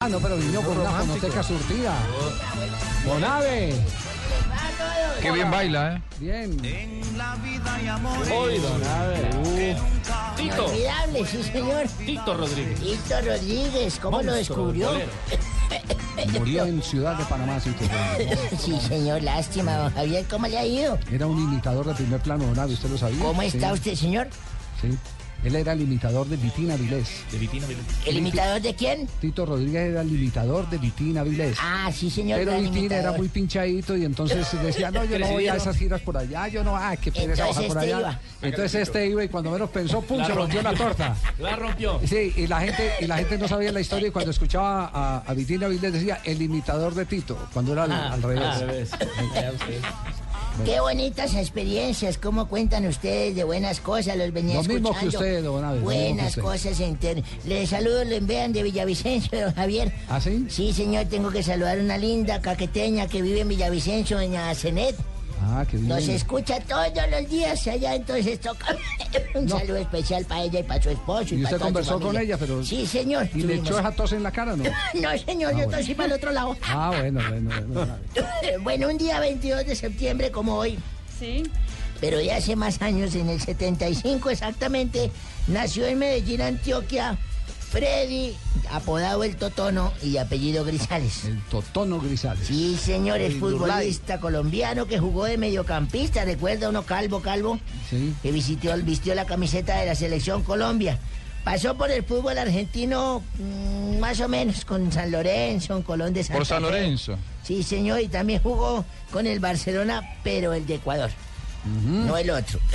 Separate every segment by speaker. Speaker 1: Ah, no, pero vino con una fonoteca surtida. Bonave.
Speaker 2: Qué bien baila, ¿eh?
Speaker 1: Bien.
Speaker 3: Tito,
Speaker 4: Inolvidable, sí señor.
Speaker 3: Tito Rodríguez.
Speaker 4: Víctor Rodríguez, ¿cómo lo descubrió?
Speaker 3: bolero.
Speaker 1: Murió en Ciudad de Panamá, sí, que-
Speaker 4: Sí señor, lástima, don Javier, ¿cómo le ha ido?
Speaker 1: Era un imitador de primer plano, Bonave, ¿usted lo sabía?
Speaker 4: ¿Cómo está
Speaker 1: Sí,
Speaker 4: usted, señor?
Speaker 1: Sí. Él era el imitador de Vitina Vilés.
Speaker 3: De Vitina, Vitina.
Speaker 4: ¿El imitador de quién?
Speaker 1: Tito Rodríguez era el imitador de Vitina Vilés.
Speaker 4: Ah, sí señor,
Speaker 1: Pero
Speaker 4: gran
Speaker 1: Vitina era
Speaker 4: imitador.
Speaker 1: muy pinchadito y entonces decía, no, yo no voy a esas giras por allá, yo no, ah, qué pereza
Speaker 4: Entonces
Speaker 1: bajar por
Speaker 4: este
Speaker 1: allá.
Speaker 4: iba.
Speaker 1: Entonces este iba y cuando menos pensó, pum,
Speaker 3: La
Speaker 1: se rompió la torta.
Speaker 3: La rompió.
Speaker 1: Sí, y la gente, y la gente no sabía la historia y cuando escuchaba a, a Vitina Vilés decía el imitador de Tito, cuando era al,
Speaker 4: Ah,
Speaker 1: al revés.
Speaker 3: Al revés. Vea usted.
Speaker 4: Qué bonitas experiencias, cómo cuentan ustedes de buenas cosas, los venía
Speaker 1: Lo mismo
Speaker 4: escuchando.
Speaker 1: que usted, don Aves, lo mismo
Speaker 4: Buenas
Speaker 1: que usted.
Speaker 4: cosas en ter- Les saludo, les vean de Villavicencio, don Javier.
Speaker 1: ¿Ah, sí?
Speaker 4: Sí, señor, tengo que saludar a una linda caqueteña que vive en Villavicencio, doña Cenet.
Speaker 1: Ah, qué bien.
Speaker 4: Nos escucha todos los días allá, entonces toca un saludo especial para ella y para su esposo.
Speaker 1: ¿Y
Speaker 4: para
Speaker 1: usted
Speaker 4: toda su
Speaker 1: conversó con
Speaker 4: familia.
Speaker 1: ella, pero-
Speaker 4: Sí, señor.
Speaker 1: ¿Y le
Speaker 4: tuvimos-
Speaker 1: echó esa Ah, tos en la cara no?
Speaker 4: No, señor, yo estoy para el otro lado.
Speaker 1: Ah, bueno, bueno, bueno. don Aves.
Speaker 4: bueno, un día 22 de septiembre como hoy,
Speaker 5: Sí.
Speaker 4: pero ya hace más años, en el 75 exactamente, nació en Medellín, Antioquia, Freddy, apodado El Totono y de apellido Grisales.
Speaker 1: El Totono Grisales.
Speaker 4: Sí, señor, es
Speaker 1: El
Speaker 4: futbolista colombiano que jugó de mediocampista, recuerda uno calvo, calvo,
Speaker 1: Sí.
Speaker 4: que visitó, vistió la camiseta de la selección Colombia. Pasó por el fútbol argentino mm, más o menos con San Lorenzo, en Colón de Santa
Speaker 2: Por San
Speaker 4: Fe.
Speaker 2: Lorenzo.
Speaker 4: Sí, señor, y también jugó con el Barcelona, pero el de Ecuador, no el otro.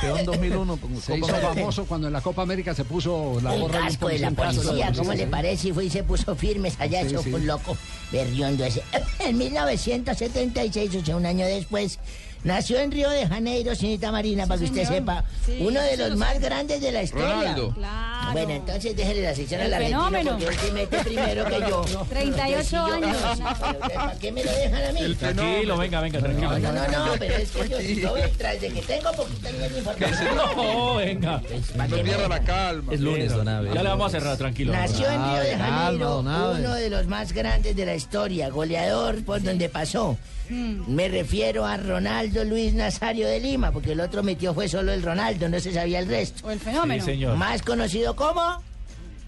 Speaker 6: Campeón 2001. con
Speaker 1: Se hizo
Speaker 6: Copa América.
Speaker 1: famoso cuando en la Copa América se puso la
Speaker 4: El
Speaker 1: gorra un
Speaker 4: casco de
Speaker 1: policía,
Speaker 4: la
Speaker 1: un casco de
Speaker 4: policía,
Speaker 1: la
Speaker 4: ¿cómo le
Speaker 1: policía.
Speaker 4: parece? Y fue y se puso firmes allá,
Speaker 1: Sí,
Speaker 4: eso
Speaker 1: sí.
Speaker 4: fue un loco berriondo ese. En 1976, o sea, un año después, nació en Río de Janeiro, señorita Marina, para que usted
Speaker 5: señor.
Speaker 4: sepa,
Speaker 5: Sí,
Speaker 4: uno de
Speaker 5: sí
Speaker 4: los
Speaker 5: lo
Speaker 4: más grandes de la historia.
Speaker 2: Ronaldo.
Speaker 5: Claro.
Speaker 4: Bueno, entonces déjele la sección a
Speaker 5: El
Speaker 4: la
Speaker 5: fenómeno.
Speaker 4: porque él se mete primero que yo.
Speaker 5: 38
Speaker 4: Yo sí, yo-
Speaker 5: años.
Speaker 4: pero ¿Para qué me lo dejan a mí?
Speaker 3: Tranquilo, venga, venga, tranquilo.
Speaker 4: No, no, no, pero es que yo sí lo veo tras de que tengo poquita niña de información.
Speaker 3: No, venga.
Speaker 4: ¿Para qué
Speaker 2: No
Speaker 4: me
Speaker 2: pierda la
Speaker 4: dejan?
Speaker 2: calma.
Speaker 6: Es lunes, don Abe.
Speaker 3: Ya le vamos a cerrar, tranquilo.
Speaker 4: Nació en Río de
Speaker 6: Calma,
Speaker 4: Janeiro,
Speaker 6: don Abe.
Speaker 4: uno de los más grandes de la historia, goleador por donde pasó. Me refiero a Ronaldo Luis Nazario de Lima, porque el otro metió fue solo el Ronaldo, no se sabía el resto.
Speaker 5: O el
Speaker 3: Sí,
Speaker 5: fenómeno.
Speaker 3: señor.
Speaker 4: Más conocido como...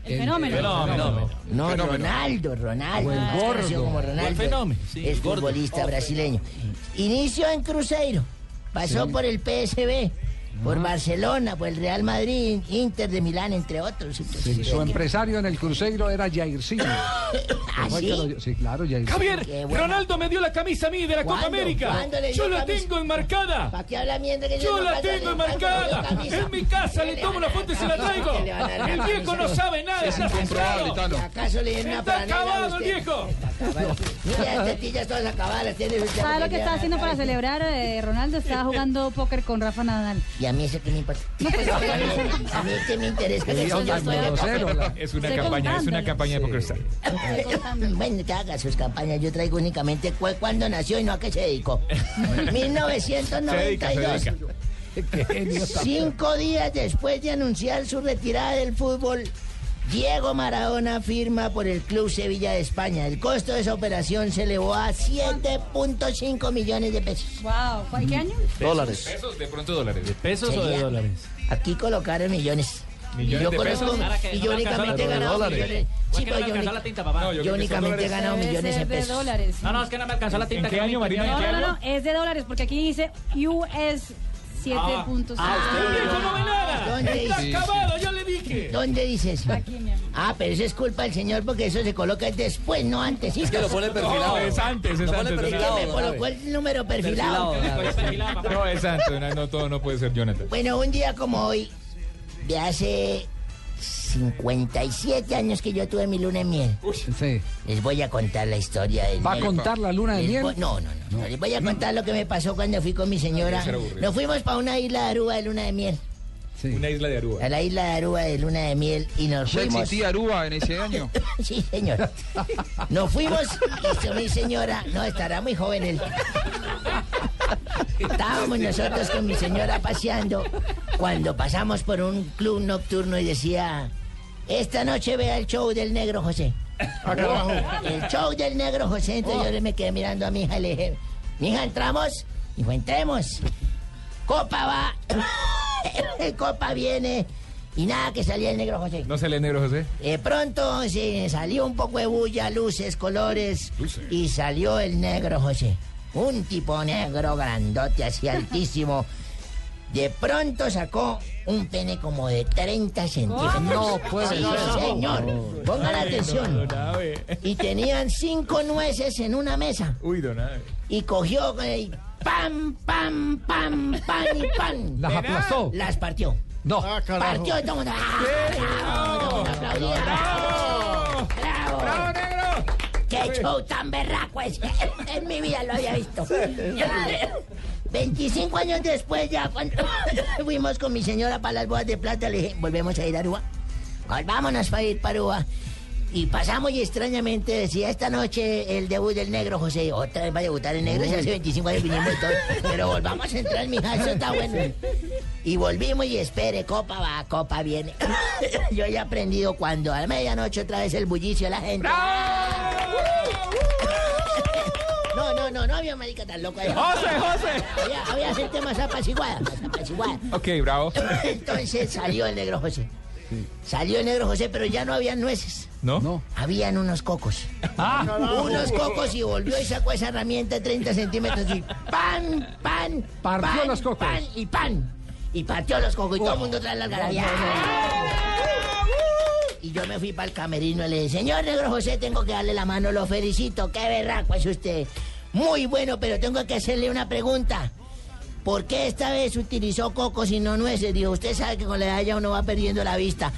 Speaker 5: el fenómeno.
Speaker 3: Fenómeno.
Speaker 4: No, Ronaldo, Ronaldo.
Speaker 1: O el
Speaker 4: más conocido
Speaker 1: gordo.
Speaker 4: como Ronaldo.
Speaker 3: O el fenómeno, sí,
Speaker 4: es
Speaker 3: el gordo. Oh,
Speaker 4: futbolista brasileño. Inició en Cruzeiro, pasó por el PSB,
Speaker 3: Ah.
Speaker 4: por Barcelona, por el Real Madrid, Inter de Milán, entre otros.
Speaker 1: Sí, su empresario en el Cruzeiro era Jairzinho.
Speaker 4: Ah,
Speaker 1: Fue que
Speaker 4: Así.
Speaker 1: lo- Sí, claro, Jairzinho.
Speaker 4: Qué
Speaker 3: Javier,
Speaker 4: bueno.
Speaker 3: Ronaldo me dio la camisa a mí de la Copa
Speaker 4: ¿Cuándo?
Speaker 3: América.
Speaker 4: ¿Cuándo le dio
Speaker 3: Yo la
Speaker 4: camisa?
Speaker 3: tengo enmarcada.
Speaker 4: ¿Para qué habla mierda que yo,
Speaker 3: Yo
Speaker 4: no
Speaker 3: la
Speaker 4: paso
Speaker 3: tengo
Speaker 4: de-
Speaker 3: enmarcada.
Speaker 4: paso de camisa?
Speaker 3: En mi casa
Speaker 4: ¿Qué
Speaker 3: le
Speaker 4: le
Speaker 3: tomo
Speaker 4: van a
Speaker 3: la foto y se la
Speaker 4: dar?
Speaker 3: traigo.
Speaker 4: ¿Qué le van a dar la
Speaker 3: El viejo no
Speaker 4: camisa?
Speaker 3: sabe nada, está
Speaker 2: Comprobable,
Speaker 3: frustrado.
Speaker 2: Tano.
Speaker 4: ¿Acaso le dieron una
Speaker 3: Está
Speaker 4: franela a
Speaker 3: acabado el
Speaker 4: usted?
Speaker 3: viejo.
Speaker 4: Mira, las tetillas todas acabadas. tiene usted
Speaker 5: ¿Sabe lo que
Speaker 4: le
Speaker 5: está
Speaker 4: dan
Speaker 5: haciendo
Speaker 4: la
Speaker 5: para
Speaker 4: cabeza.
Speaker 5: celebrar? eh, Ronaldo está jugando póker con Rafa Nadal.
Speaker 4: Y a mí eso que me importa.
Speaker 5: pues,
Speaker 4: a mí que me interesa. que
Speaker 1: Iba
Speaker 4: eso yo
Speaker 1: tan
Speaker 4: estoy acá.
Speaker 1: grosero, la-
Speaker 7: Es una campaña, es
Speaker 5: Estoy
Speaker 7: una
Speaker 5: contándole.
Speaker 7: campaña de Poker Star.
Speaker 4: Bueno, que haga sus campañas. Yo traigo únicamente cu- cuándo nació y no a qué se dedicó.
Speaker 7: dedica, se
Speaker 4: 1992.
Speaker 7: dedica.
Speaker 1: Qué genio tan-
Speaker 4: Cinco días después de anunciar su retirada del fútbol, Diego Maradona firma por el Club Sevilla de España. El costo de esa operación se elevó a 7.5 millones de pesos.
Speaker 5: Wow, ¿cuál- ¿qué año?
Speaker 6: Dólares.
Speaker 7: Pesos, de pronto dólares.
Speaker 3: ¿Pesos o de
Speaker 4: Sería-
Speaker 3: dólares?
Speaker 4: Aquí colocaron millones.
Speaker 7: Millones
Speaker 4: yo
Speaker 7: de
Speaker 4: conozco-
Speaker 7: pesos.
Speaker 3: Ahora que
Speaker 4: Y
Speaker 3: no
Speaker 4: yo
Speaker 3: me
Speaker 4: únicamente he
Speaker 3: alcanzó la-
Speaker 4: ganado
Speaker 6: dólares.
Speaker 4: millones. Sí, pero yo, única-
Speaker 3: papá.
Speaker 4: yo únicamente he ganado
Speaker 5: Debe
Speaker 4: millones de
Speaker 5: ser de
Speaker 4: pesos.
Speaker 5: dólares.
Speaker 3: No, no, es que no me alcanzó la tinta.
Speaker 7: ¿En qué
Speaker 3: que
Speaker 7: año,
Speaker 3: me
Speaker 7: Marina? ¿En
Speaker 3: imprimió.
Speaker 7: qué
Speaker 5: No, no,
Speaker 7: año?
Speaker 5: no, es de dólares, porque aquí dice US 7.5.
Speaker 3: ¡Viejo novelada!
Speaker 4: ¿Dónde
Speaker 3: ¡Está
Speaker 4: dice?
Speaker 3: acabado, yo le dije!
Speaker 4: ¿Dónde dice eso?
Speaker 5: Aquí, mi amor.
Speaker 4: Ah, pero eso es culpa del señor porque eso se coloca después, no antes. ¿sí?
Speaker 6: Que lo pone perfilado.
Speaker 7: No, es antes, es
Speaker 6: Lo pone
Speaker 7: antes,
Speaker 4: Es que
Speaker 6: perfilado,
Speaker 4: me
Speaker 6: don
Speaker 4: colocó
Speaker 6: Abe.
Speaker 4: el número
Speaker 6: Perfilado,
Speaker 4: perfilado.
Speaker 6: don Abe.
Speaker 7: No, es Santo, no, no, todo no puede ser Jonathan.
Speaker 4: Bueno, un día como hoy, de hace 57 años que yo tuve mi luna de miel.
Speaker 1: Sí.
Speaker 4: Les voy a contar la historia de
Speaker 1: ¿Va a contar la luna de miel?
Speaker 4: No, no, no, no. Les voy a contar lo que me pasó cuando fui con mi señora. Nos fuimos para una isla de Aruba de luna de miel.
Speaker 1: Sí.
Speaker 7: Una isla de Aruba.
Speaker 4: A la isla de Aruba de luna de miel y nos
Speaker 2: ¿Ya
Speaker 4: fuimos.
Speaker 2: existía Aruba en ese año?
Speaker 4: Sí, señor. Nos fuimos, hizo mi señora, no, estará muy joven él. Estábamos nosotros con mi señora paseando cuando pasamos por un club nocturno y decía, esta noche vea el show del negro José. El show del negro José, entonces yo le me quedé mirando a mi hija y le dije, mija, entramos, dijo, entremos. Copa va, Copa viene y nada que salía el negro José.
Speaker 7: ¿No se lee negro, José?
Speaker 4: De pronto se salió un poco de bulla, luces, colores y salió el negro José. Un tipo negro grandote, así altísimo. De pronto sacó un pene como de 30 centímetros.
Speaker 1: No puede
Speaker 4: Sí,
Speaker 1: ser.
Speaker 4: señor. Pongan atención. Y tenían cinco nueces en una mesa.
Speaker 7: Uy, donave.
Speaker 4: Y cogió con el pam, pam, pam, pam y pam.
Speaker 1: Las aplastó.
Speaker 4: Las partió.
Speaker 1: No.
Speaker 4: Partió y todo el mundo. ¡ah! Todo el mundo aplaudía. ¡Bravo! ¡Bravo!
Speaker 7: ¡Bravo, negro!
Speaker 4: ¡Qué show tan berraco es! En mi vida lo había visto. 25 años después, ya cuando fuimos con mi señora para las bodas de plata, le dije, volvemos a ir a Aruba. Vámonos para ir para Aruba. Y pasamos y extrañamente decía esta noche el debut del negro, José. Otra vez va a debutar el negro, ya hace 25 años vinimos y todo. Pero volvamos a entrar, mija, eso está bueno. Y volvimos y espere, copa va, copa viene. Yo ya he aprendido cuando a la medianoche otra vez el bullicio de la gente. No, no, no, no había marica tan loco allá.
Speaker 7: ¡José, José!
Speaker 4: Había, había gente más apaciguada, más apaciguada.
Speaker 7: Ok, bravo.
Speaker 4: Entonces salió el negro José. Salió el negro José, pero ya no había nueces.
Speaker 7: ¿No?
Speaker 1: No.
Speaker 4: Habían unos cocos.
Speaker 1: Ah.
Speaker 4: unos cocos y volvió y sacó esa herramienta de 30 centímetros y pan, pan,
Speaker 1: Partió
Speaker 4: pan,
Speaker 1: los cocos.
Speaker 4: pan y pan. Y partió los cocos y todo el mundo trae la algarabía. Y yo me fui para el camerino y le dije, señor negro José, tengo que darle la mano, lo felicito, qué berraco es usted. Muy bueno, pero tengo que hacerle una pregunta. ¿Por qué esta vez utilizó cocos y no nueces? Dijo, usted sabe que con la edad ya uno va perdiendo la vista.